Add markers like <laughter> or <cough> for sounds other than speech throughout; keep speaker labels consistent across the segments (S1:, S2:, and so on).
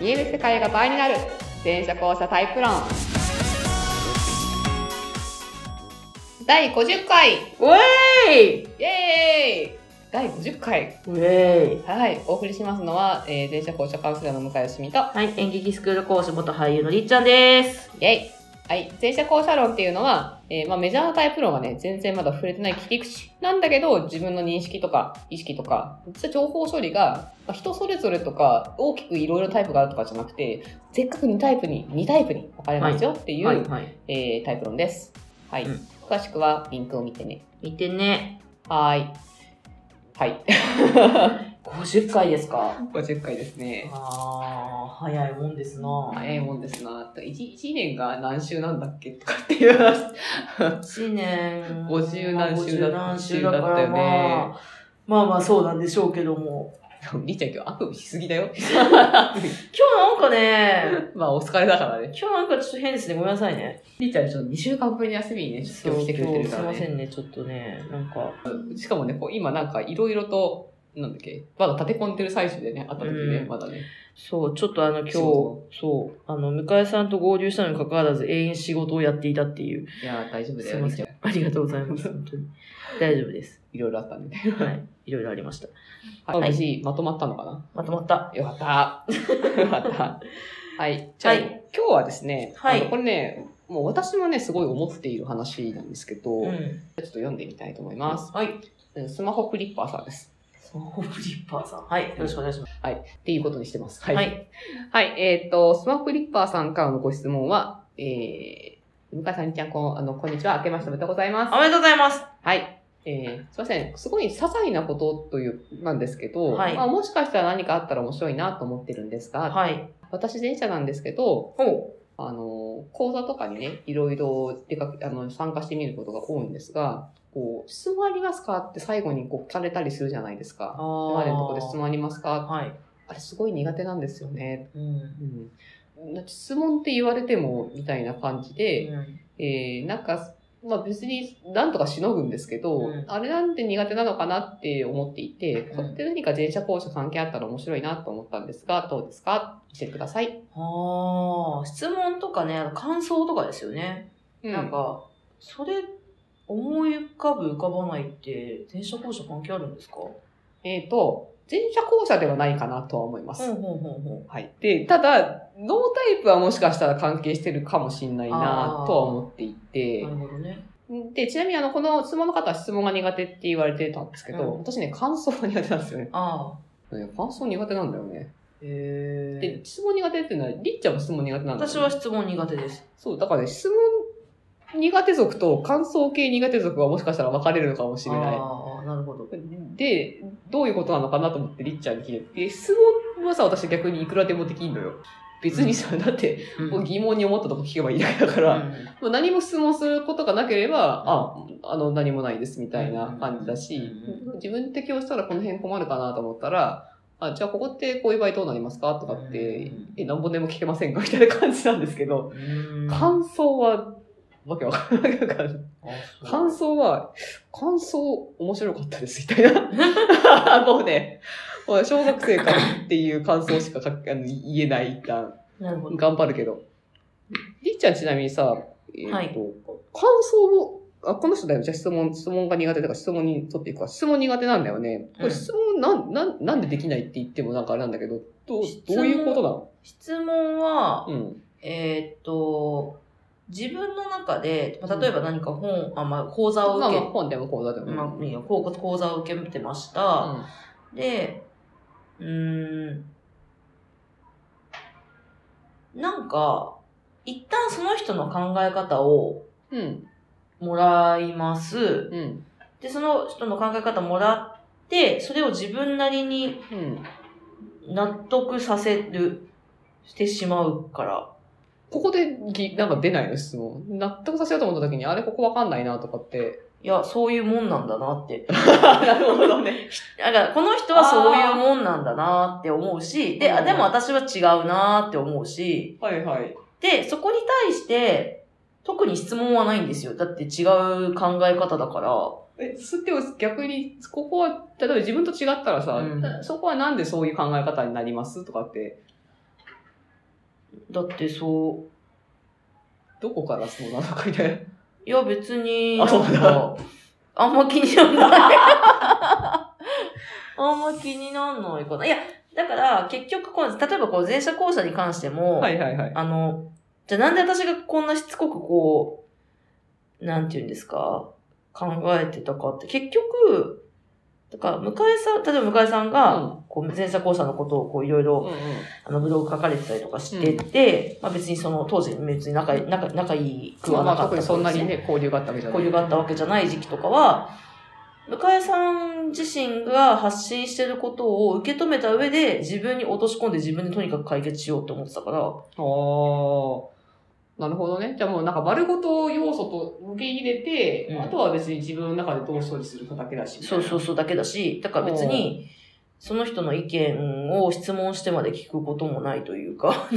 S1: 見える世界が倍になる全車交差タイプ論第50回
S2: ウェイ
S1: イエーイ第50回
S2: ウェイ
S1: はいお送りしますのは、えー、全車交差カウンセラーの向井よしみと
S2: はい、演劇スクール講師元俳優のりっちゃんです。
S1: イエイはい。前者交差論っていうのは、えーまあメジャーなタイプ論はね、全然まだ触れてない切り口なんだけど、自分の認識とか意識とか、実は情報処理が、まあ人それぞれとか、大きくいろいろタイプがあるとかじゃなくて、せっかく2タイプに、2タイプに分かれますよっていう、
S2: はい、はい。
S1: えータイプ論です。はい。
S2: うん
S1: 詳しくはリンクを見てね。
S2: 見てね。
S1: はーい。はい。
S2: 50回ですか。
S1: 50回です <laughs> ね。
S2: あー、早いもんですな
S1: 早いもんですな。1, 1年が何週なんだっけとかっていう話。 <laughs>
S2: 1年。
S1: 50何週だ
S2: 50何週だから
S1: 週だったよね
S2: まあ、まあまあそうなんでしょうけども。
S1: りっちゃん今日あくびしすぎだよ。
S2: 今日なんかね、
S1: <laughs> まあお疲れだからね。
S2: 今日なんかちょっと変ですね。ごめんなさいね。
S1: りっちゃんちょっと2週間ぶりに休みにね、ちょっと今日来てくれてるから
S2: そう今日すいませ
S1: ね。
S2: んね、ちょっとね。なんか、
S1: しかもね、こう今なんかいろいろと、なんだっけ、まだ立て込んでる最中でね、あった時ね、
S2: うん
S1: まだね。
S2: そう、ちょっとあの今日、
S1: 仕事
S2: そう、あの、向井さんと合流したのに関わらず永遠仕事をやっていたっていう。
S1: いやー大丈夫だ
S2: すい
S1: よ、り
S2: ま
S1: っち
S2: せ
S1: ゃ
S2: ん
S1: ん。。
S2: ありがとうござい <laughs> ます。本当に。大丈夫です。
S1: いろいろあったんで。
S2: はい。いろいろありました。
S1: はい。
S2: はい
S1: 無事まとまったのかな
S2: まとまった。
S1: よかった。よかった。はい。じゃあ、
S2: はい
S1: 今日はですね、
S2: はい
S1: あのこれね、もう私もね、すごい思っている話なんですけど、
S2: う
S1: ちょっ
S2: ん。
S1: と読んでみたいと思います。
S2: はい。
S1: うんスマホクリッパーさんです。
S2: スマホクリッパーさん。はい。よろしくお願いします。
S1: っていうことにしてます。は。
S2: はいい。
S1: はい、えっ、と、スマホクリッパーさんからのご質問は、えー、向井さんにちゃんこん、あの、こんにちは。明けましておめでとうございます。
S2: おめでとうございます。
S1: はい。えー、すいません。すごい些細なことという、なんですけど、
S2: はい
S1: まあ、もしかしたら何かあったら面白いなと思ってるんですが、
S2: はい。
S1: 私前者なんですけど、
S2: ほ
S1: あの、講座とかにね、いろいろ出かけ、あの、参加してみることが多いんですが、こう、質問ありますかって最後にこう聞かれたりするじゃないです
S2: う。
S1: か。
S2: あ
S1: 今までのとこで質問ありますか
S2: はい。
S1: あれすごい苦手なんですよね。
S2: うん。
S1: うん、だって質問って言われてもみたいな感じで、
S2: うん
S1: えー、なんか、まあ別になんとかしのぐんですけど、
S2: うん
S1: あれなんて苦手なのかなって思っていて、これって何か前者後者関係あったら面白いなと思ったんですが、どうですか教えてください。
S2: あー、質問とかね、あの感想とかですよね。なんか、それ、思い浮かぶ浮かばないって、前者後者関係あるんですかほ
S1: えっ、と、前者後者ではないかなとは思います。
S2: うほうほうほ
S1: はい。で、ただ、ノータイプはもしかしたら関係してるかもしれないなとは思っていて。
S2: なるほどね。
S1: で、ちなみにあの、この質問の方は質問が苦手って言われてたんですけど、
S2: うん
S1: 私ね、感想が苦手なんですよね。
S2: ああ。
S1: ね感想苦手なんだよね。
S2: へ
S1: で
S2: え、。
S1: 質問苦手っていうのは、りっちゃんも質問苦手なんだよ、ね。
S2: 私は質問苦手です。
S1: そう、だからね、質問苦手族と感想系苦手族はもしかしたら分かれるのかもしれない。
S2: ああ、なるほど。
S1: で、どういうことなのかなと思ってりっちゃんに聞いて、質問はさ、私逆にいくらでもできんのよ。別にさ、だって、
S2: うん
S1: もう疑問に思ったとこ聞けばいいだけだから、
S2: うん
S1: もう何も質問することがなければ、あ、あの、何もないですみたいな感じだし
S2: う、
S1: 自分適応したらこの辺困るかなと思ったら、あ、じゃあここってこういう場合どうなりますかとかって、え、何本でも聞けませんかみたいな感じなんですけど、
S2: うん
S1: 感想は、わけわからないから
S2: あそう
S1: 感想は、感想面白かったですみたい
S2: <laughs>
S1: な。もうね、もう小学生かっていう感想しか書けあの言えない一旦。
S2: なるほど。
S1: 頑張るけど。りっちゃんちなみにさ、えーと
S2: はい
S1: 感想を、あ、この人だよ。じゃあ質問、質問が苦手だから質問にとっていくか。質問苦手なんだよね。こ
S2: う
S1: れ
S2: ん
S1: 質問なん、なん、なんでできないって言ってもなんかあれなんだけど、どう、
S2: 質問
S1: どういうことなの
S2: 質問は、
S1: うん。
S2: えーっと、自分の中で、まあ例えば何か本、あ、まあ、講座を
S1: まあ
S2: 受
S1: まあ
S2: け、
S1: 本でも講座でも。
S2: まあ、いいよ講講座を受けてました。で、うーん、なんか、一旦その人の考え方を
S1: うん。うん。
S2: もらいます。
S1: うん。
S2: で、その人の考え方もらって、それを自分なりに
S1: うん。
S2: 納得させる、してしまうから。
S1: ここでぎ、なんか出ないの質問。納得させようと思った時に、あれここわかんないなとかって。
S2: いや、そういうもんなんだなって。
S1: なるほどね。
S2: だから、この人はそういうもんなんだなって思うし、で、あ、でも私は違うなって思うし、
S1: はいはい。
S2: で、そこに対して、特に質問はないんですよ。だって違う考え方だから。
S1: え、すっても逆に、ここは、例えば自分と違ったらさ、
S2: うん
S1: そこはなんでそういう考え方になりますとかって、
S2: だってそう、
S1: どこからそうなのかみたいな。
S2: いや別に、
S1: あそう
S2: な
S1: だ
S2: んか、あんま気
S1: <laughs>
S2: になんない。あんま気になんないかな。いや、だから結局こう、例えばこう前者後者に関しても、
S1: はいはいはい。
S2: あの、じゃあなんで私がこんなしつこくこう、なんて言うんですか、考えてたかって、結局、だから、向井さん、例えば向井さんが、
S1: うん
S2: こう、前者後者のことをこう、いろいうろ、
S1: んうん。
S2: あの、ブログ書かれてたりとかしてて、まあ別にその、当時別に仲い、仲、仲いいく
S1: ま
S2: は
S1: あま
S2: な
S1: あ
S2: かった
S1: 特にそんなにね、交流があったわけじゃない。
S2: 交流があったわけじゃない時期とかは、向井さん自身が発信してることを受け止めた上で、自分に落とし込んで自分でとにかく解決しようって思ってたから、
S1: あーなるほどね。じゃあもうなんか丸ごと要素と受け入れて、
S2: うん
S1: あとは別に自分の中でどう処理するかだけだし。。
S2: そうそううそうだけだし、だから別に、その人の意見を質問してまで聞くこともないというか、 <laughs>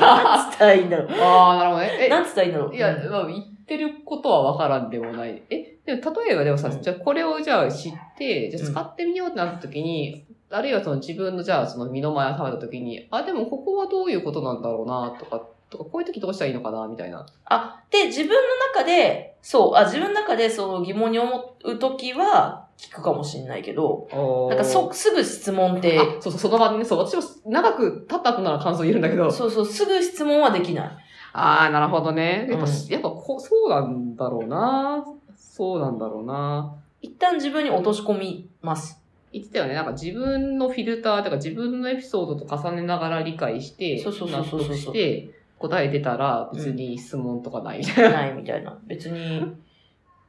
S2: なんつったらいいんだろう。
S1: ああ、なるほどね。え
S2: なんつったらいいんだろう。
S1: いや
S2: う、ん
S1: まあ、言ってることはわからんでもない。え、でも例えばでもさ、
S2: うん
S1: じゃあこれをじゃあ知って、じゃあ
S2: うん
S1: 使ってみようってなった時に、あるいはその自分のじゃあその身の回りを食べた時に、あ、でもここはどういうことなんだろうな、とか、とか、こういう時どうしたらいいのかな、みたいな。
S2: あ、で、自分の中で、そう、あ、自分の中でその疑問に思うときは聞くかもしれないけど、
S1: な
S2: なんかそ、すぐ質問って、
S1: あ、そうそう、その場でね、そう、私も長く経った後なら感想言うんだけど、
S2: そうそう、すぐ質問はできない。
S1: ああ、なるほどね。やっぱ、
S2: うん
S1: やっぱこう、そうなんだろうな。そうなんだろうな。
S2: 一旦自分に落とし込みます。
S1: 言ってたよね。なんか自分のフィルターとか自分のエピソードと重ねながら理解して、
S2: そうそうそうそうそう
S1: 納得して、答え出たら別に質問とかないみたいな。
S2: ないみたい
S1: <laughs>
S2: な。別に、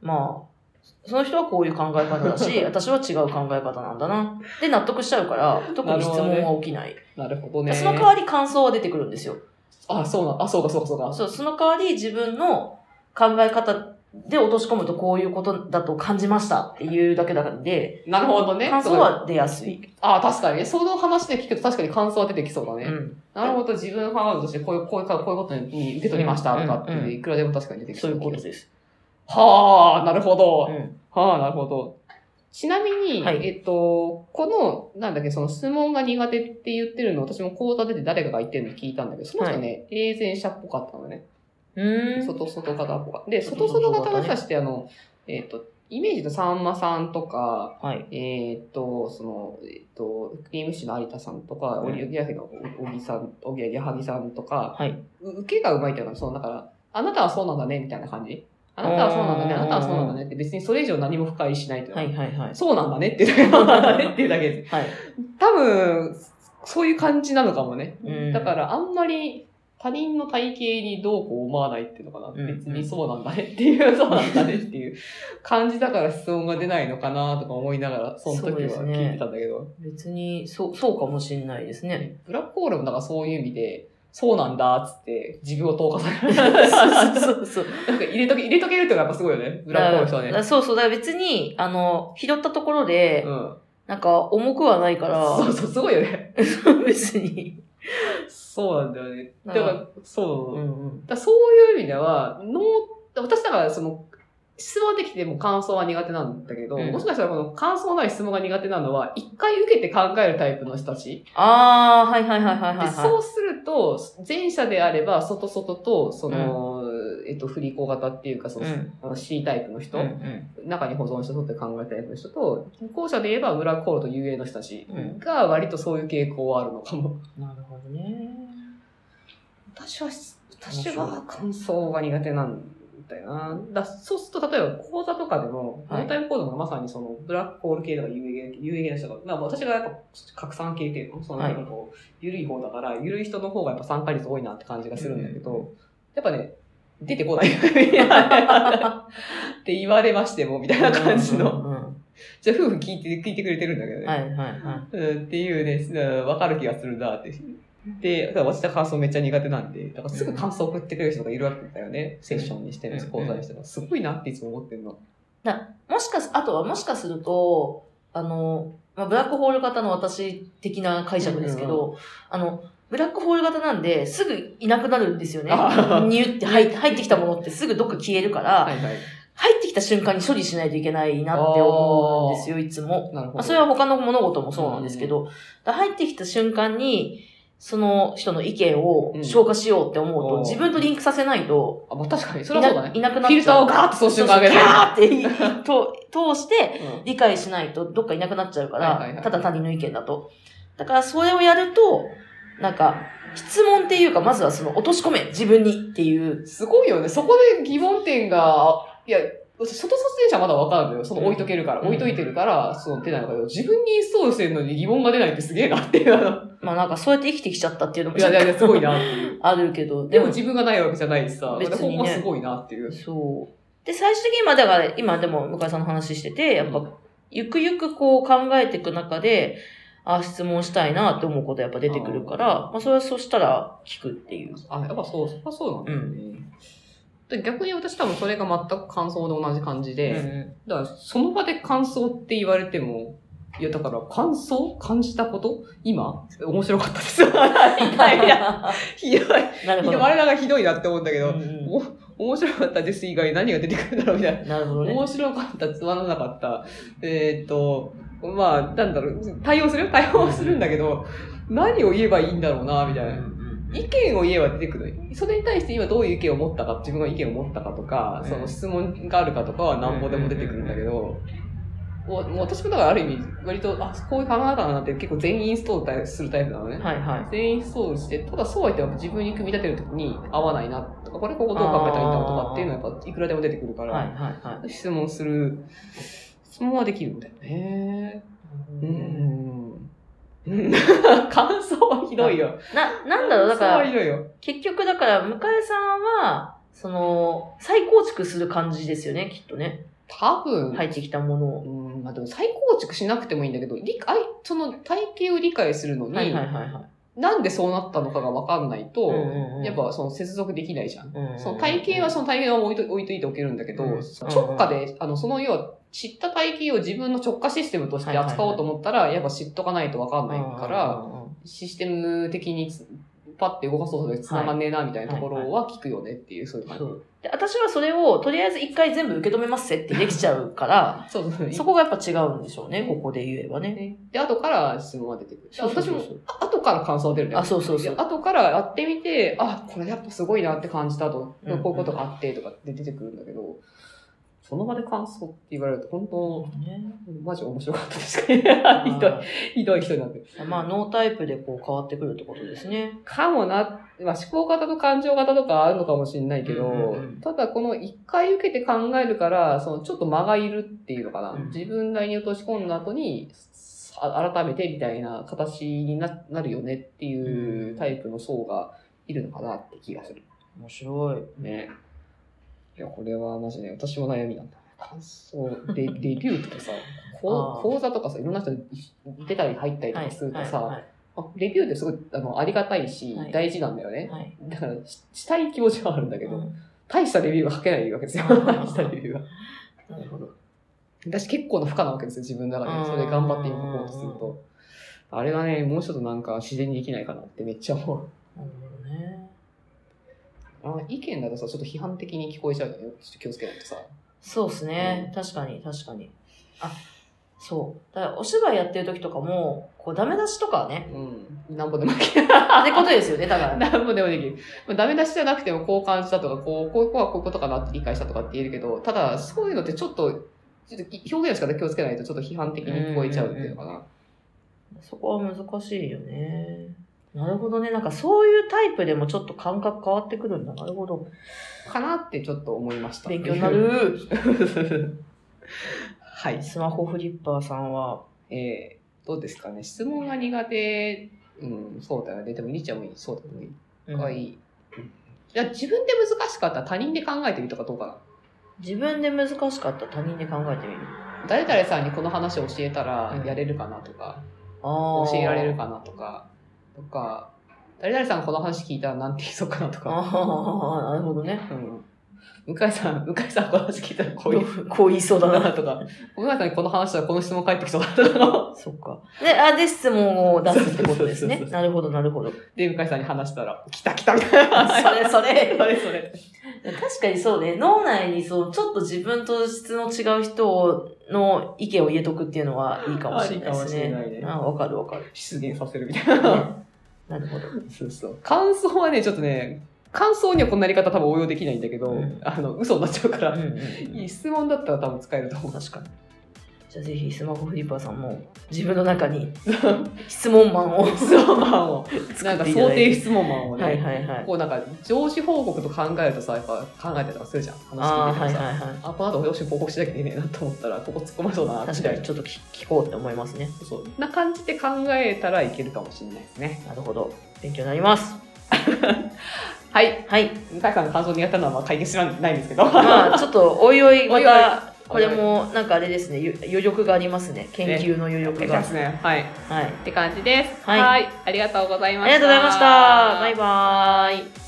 S2: まあ、その人はこういう考え方
S1: <laughs>
S2: だし、私は違う考え方なんだな。で、納得しちゃうから、特に質問は起きない。
S1: な <laughs> るほどね。
S2: その代わり感想は出てくるんですよ。
S1: あ、そうなん、あ、そうかそうかそうか。
S2: そう、その代わり自分の考え方で落とし込むとこういうことだと感じましたっていうだけなんで、
S1: なるほどね。
S2: 感想は出やすい。
S1: あ、確かにね。その話で聞くと確かに感想は出てきそうだね。
S2: うん。
S1: なるほど。自分ハードとしてこういう、こういう、こういうことに受け取りましたとかっていう
S2: うんうん
S1: いくらでも確かに出てき
S2: そういうこと
S1: す。
S2: です。
S1: はあ、なるほど。
S2: うん。
S1: はあ、なるほど。ちなみに、
S2: はい
S1: えっと、この、なんだっけ、その質問が苦手って言ってるの、私も講座出て誰かが言ってるの聞いたんだけど、その人ね、永前者っぽかったのね。
S2: う
S1: 外外型っぽかった。で、
S2: 外
S1: 外外
S2: 外型ね
S1: 型の人たちって、あの、えっと、イメージのさんまさんとか、
S2: はい。
S1: えっと、その、えっと、クリームシチューの有田さんとか、
S2: うん
S1: おぎやはぎの小木さん、おぎやぎはぎさんとか、
S2: はい。
S1: う受けがうまいっていうのは、その、だから、あなたはそうなんだね、みたいな感じ。あなたはそうなんだね、あ
S2: あー
S1: なたはそうなんだねって、別にそれ以上何も深入りしないというか
S2: はいはいはい。
S1: そうなんだねっていうだけ、そうなんだねっていうだけ <laughs> です。
S2: はい。
S1: 多分、そういう感じなのかもね。
S2: うん
S1: だから、あんまり他人の体型にどうこう思わないっていうのかな。
S2: うん
S1: 別にそうなんだねっていう、そうなんだねっていう感じだから質問が出ないのかなとか思いながら、その
S2: そう
S1: 時
S2: で
S1: は
S2: すね
S1: 聞いてたんだけど。
S2: 別に、そう、そうかもしれないですね。
S1: ブラックホールもなんかそういう意味で、そうなんだっつって自分を投下される。
S2: そ
S1: な
S2: うそう。
S1: んか入れとけ、入れとけるっていうのがやっぱすごいよね。ブラックホールの人は
S2: だから
S1: ね。
S2: そうそう。だから別に、あの、拾ったところで、
S1: うん。
S2: なんか重くはないか
S1: そう
S2: ら、
S1: そう、すごいよね。
S2: 別に。
S1: そうなんだよね。だ
S2: だ
S1: か
S2: から
S1: ら、そう。
S2: んうん。
S1: だからそういう意味では、脳、私だからその、質問できても感想は苦手なんだけど、
S2: うん
S1: もしかしたらこの感想のない質問が苦手なのは、一回受けて考えるタイプの人たち。
S2: ああ、はいはいはいはいはい、
S1: でそうすると、前者であれば、外外と、その、えっと、振り子型っていうか、その、
S2: うん
S1: あの C タイプの人、
S2: うんうん
S1: 中に保存して取って考えるタイプの人と、後者で言えば、ブラックホールと遊泳の人たち
S2: うん
S1: が、割とそういう傾向はあるのかも。
S2: なるほどね。
S1: 私は、私は感想が苦手なんだよな。だそうすると、例えば講座とかでも、
S2: はい
S1: ノンタイム講座もまさにそのブラックホール系とか有益有益な人が、まあ私がやっぱ拡散系っていうの、その
S2: はい
S1: なんかこう、緩い方だから、緩い人の方がやっぱ参加率多いなって感じがするんだけど、やっぱね、出てこない。って言われましても、みたいな感じ
S2: う
S1: の。
S2: んうん
S1: じゃあ夫婦聞いて、聞いてくれてるんだけど
S2: う
S1: ね。
S2: んはいはいは
S1: うんっていうね、うんわかる気がするなって。で、だから私は感想めっちゃ苦手なんで、だからすぐ感想送ってくれる人がいるわけだよね。セッションにしても
S2: うん、
S1: 講座にしても。すごいなっていつも思ってるの。
S2: い。もしかす、あとはもしかすると、あの、まあ、ブラックホール型の私的な解釈ですけど、あの、ブラックホール型なんで、すぐいなくなるんです
S1: <laughs>
S2: よね
S1: あ。ー
S2: ニュって入って入ってきたものってすぐどっか消えるから、
S1: はいはい。
S2: 入ってきた瞬間に処理しないといけないなって思うんですよ、いつも。
S1: なるほ
S2: まあ、
S1: ど。
S2: それは他の物事もそうなんですけど、だから入ってきた瞬間に、その人の意見を
S1: うん
S2: 消化しようって思うと、
S1: おー
S2: 自分とリンクさせないと、
S1: あ、まあ、確かに、そ
S2: い
S1: れはそうだ
S2: な
S1: ね。
S2: いなく
S1: フ
S2: なっちゃう。
S1: ィルターをガーッとその瞬間上げ
S2: そう
S1: た。
S2: そうギャーってと通して、理解しないとどっかいなくなっちゃうから、
S1: はいはいはい
S2: ただ他人の意見だと。だからそれをやると、なんか、質問っていうか、まずはその落とし込め、自分にっていう。
S1: すごいよね。そこで疑問点が、いや、私、外撮影者はまだわかるんだよ。その置いとけるから、
S2: うん
S1: 置いといてるから、その出ないのかよ。自分にそうしてるのに疑問が出ないってすげえなっていう。あ
S2: まあなんかそうやって生きてきちゃったっていうの
S1: の
S2: も
S1: いやいやいや、すごいなって
S2: <laughs>
S1: いう。
S2: あるけど、
S1: でも自分がないわけじゃないしさ、
S2: 別にね
S1: ここはすごいなっていう。
S2: そう。で、最終的に、まあだから、今でも向井さんの話してて、やっぱ、ゆくゆくこう考えていく中で、ああ、質問したいなって思うことやっぱ出てくるから、まあそれはそしたら聞くっていう。
S1: あ、やっぱそう、そりゃそうなんだよね。で逆に私多分それが全く感想で同じ感じ
S2: <laughs>
S1: で、だからその場で感想って言われても、いやだから感想感じたこと今面白かったです。 <laughs> いやいや、 <laughs> ひどい。
S2: なるほど。
S1: 我らがひどいなって思うんだけど、
S2: うんうん
S1: お面白かったです以外何が出てくるんだろうみたいな。
S2: なるほどね。
S1: 面白かった、つまらなかった。えーっと、まあ、なんだろう、対応する対応するんだけど、何を言えばいいんだろうな、みたいな。意見を言えば出てくる。それに対して今どういう意見を持ったか、自分が意見を持ったかとか、
S2: うん
S1: その質問があるかとかは何ぼでも出てくるんだけど、もうもう私もだからある意味、割と、あ、こういう考え方だなって結構全員インストールするタイプなのね。
S2: はいはい。
S1: 全員そうして、ただそうは言っても自分に組み立てるときに合わないなとか、これここどう考えたらいいんだろうとかっていうのはやっぱいくらでも出てくるから、
S2: はいはいはい。
S1: 質問する、質問はできるんだよね。うん。うん、 <laughs> 感想はひどいよ。
S2: な、なんだろう、だか
S1: 感想は
S2: ら、
S1: ひどいよ。
S2: 結局だから、向井さんは、その、再構築する感じですよね、きっとね。
S1: 多分、
S2: 入ってきたものを。
S1: うん、まあでも再構築しなくてもいいんだけど、理解、その体系を理解するのに、
S2: はいはいはいはい。
S1: なんでそうなったのかがわかんないと、
S2: うんうんうん
S1: やっぱその接続できないじゃん。
S2: うん
S1: その体系はその体系は置いと置いといておけるんだけど、
S2: うん
S1: 直下で、あの、その要は知った体系を自分の直下システムとして扱おうと思ったら、やっぱ知っとかないとわかんないから、
S2: うんうんうん
S1: システム的にパッて動かそうと繋がんねえな、みたいなところは聞くよねっていう、そういう感じ
S2: そ。うで私はそれを、とりあえず一回全部受け止めますせってできちゃうから、
S1: そうそう。
S2: そこがやっぱ違うんでしょうね、ここで言えばね。
S1: ねで、後から質問が出てくる。
S2: そうそうそう
S1: 私も、あ後から感想が出るね。
S2: あ、そうそうそう。
S1: 後からやってみて、あ、これやっぱすごいなって感じたと、
S2: うん
S1: こういうことがあってとかって出てくるんだけど、その場で感想って言われると、本当、
S2: <laughs>
S1: マジ面白かったですかね。ひどい、ひどい人になってる。
S2: まあ、ノータイプでこう変わってくるってことですね。
S1: かもな、まあ、思考型と感情型とかあるのかもしれないけど、
S2: うんうんうん
S1: ただこの一回受けて考えるから、そのちょっと間がいるっていうのかな。
S2: うん
S1: 自分なりに落とし込んだ後に、あ改めてみたいな形にななるよねっていうタイプの層がいるのかなって気がする。
S2: 面白い。
S1: ね。いや、これはマジね、私も悩みなんだ。感想、レレビューとかさ、こ
S2: あー
S1: う講座とかさ、いろんな人出たり入ったりと
S2: はい
S1: かするとさ、
S2: は
S1: あレビューってすごいあのありがたいし、
S2: はい
S1: 大事なんだよね
S2: い。。はい。
S1: だからし、したい気持ちはあるんだけど、
S2: うん
S1: 大したレビューは書けないわけですよ。
S2: あー
S1: 大したレビューは。
S2: なるほど。
S1: 私結構な負荷なわけですよ、自分の中で。それ頑張って今書こうとすると。あれがね、もうちょっとなんか自然にできないかなってめっちゃ思う。
S2: なるほどね。
S1: あ意見だとさ、ちょっと批判的に聞こえちゃうよね。ちょっと気をつけないとさ。
S2: そうですね。確かに、確かに。あ、そう。だから、お芝居やってる時とかも、こう、ダメ出しとかはね、
S1: うん。なんぼでもできる。
S2: ってことですよね、
S1: <laughs>
S2: だから。
S1: なんぼでもできる。まあ、ダメ出しじゃなくても、こう感じたとか、こう、こういう子はこういうことかなって理解したとかって言えるけど、ただ、そういうのってちょっと、ちょっと表現の仕方気をつけないと、ちょっと批判的に聞こえちゃうっていうのかな。
S2: そこは難しいよね。なるほどね。なんか、そういうタイプでもちょっと感覚変わってくるんだ。なるほど。
S1: かなってちょっと思いました。
S2: 勉強にな。る。
S1: はい。
S2: スマホフリッパーさんは、
S1: <laughs> えー、どうですかね。質問が苦手、うん、そうだよね。でも、兄ちゃんもいい。そうだもいい。
S2: うん
S1: がいい。うんいや、自分で難しかったら他人で考えてみたかどうかな。
S2: 自分で難しかったら他人で考えてみる。
S1: 誰々さんにこの話を教えたら
S2: うん
S1: やれるかなとか、
S2: あー
S1: 教えられる。かなとか、とか、誰々さんこの話聞いたらなんて言いそうかなと
S2: あ
S1: か、
S2: あ、なるほどね。
S1: うん、向井さん、向井さんこの話聞いたらこういう <laughs>
S2: どうこう言いそうだな。
S1: とか、向井さんにこの話したらこの質問返ってきそうだなと
S2: <laughs>
S1: か、
S2: そっか。で、あ、で、質問を出すってことです
S1: そう
S2: ね
S1: そうそう。そう
S2: なるほど、な
S1: <laughs>
S2: るほど。
S1: で、向井さんに話したら、来た来たみたいな。
S2: それそれ
S1: それそれ。
S2: 確かにそうね。脳内に、そう、ちょっと自分と質の違う人を、の意見を入れとくっていうのはいいかもしれないです
S1: あいいかもしれ <laughs>
S2: ね
S1: ないね。
S2: あわかるわかる。
S1: 出現させるみたいな。
S2: ねなるほど。
S1: <laughs> そうそう。感想はね、ちょっとね、感想にはこんなやり方多分応用できないんだけど、
S2: うん
S1: あの、嘘になっちゃうか
S2: う
S1: ら、
S2: ん
S1: いい質問だったら多分使えると思う。
S2: 確かに。じゃあぜひスマホフリッパーさんも自分の中に <laughs> 質問マンを
S1: 質問マンを、
S2: 作
S1: なん
S2: っ
S1: か
S2: て
S1: 想
S2: いた
S1: 定
S2: だいて。
S1: 質問マンをね、
S2: はいはいはい。
S1: こうなんか上司報告と考えるとさ、やっぱ考えたりとかするじゃん。話
S2: あ
S1: 聞
S2: あ
S1: いてて
S2: ー、はい
S1: さ。
S2: はいはい。
S1: あ、この後上司報告しなきゃいけないなと思ったら、ここ突っ込まれそうだな、み
S2: 確
S1: た
S2: か
S1: い
S2: に
S1: な。
S2: ちょっと聞聞こうって思いますね。
S1: そう。な感じで考えたらいけるかもしれないですね。
S2: なるほど。勉強になります。
S1: はい。
S2: はい。
S1: 向井さんの感想にやったのはまあ解決しないんですけど。 <laughs>
S2: まあちょっとおいおいまたこ
S1: おい
S2: れ
S1: おい
S2: もなんかあれですねゆ余力がありますね研究の余
S1: よく
S2: 力
S1: で
S2: が、
S1: すね。はい。っ
S2: はい
S1: て感じです。
S2: はい
S1: いありがとうござい
S2: あ
S1: まし
S2: り
S1: た。
S2: がとうございましたバイバーイ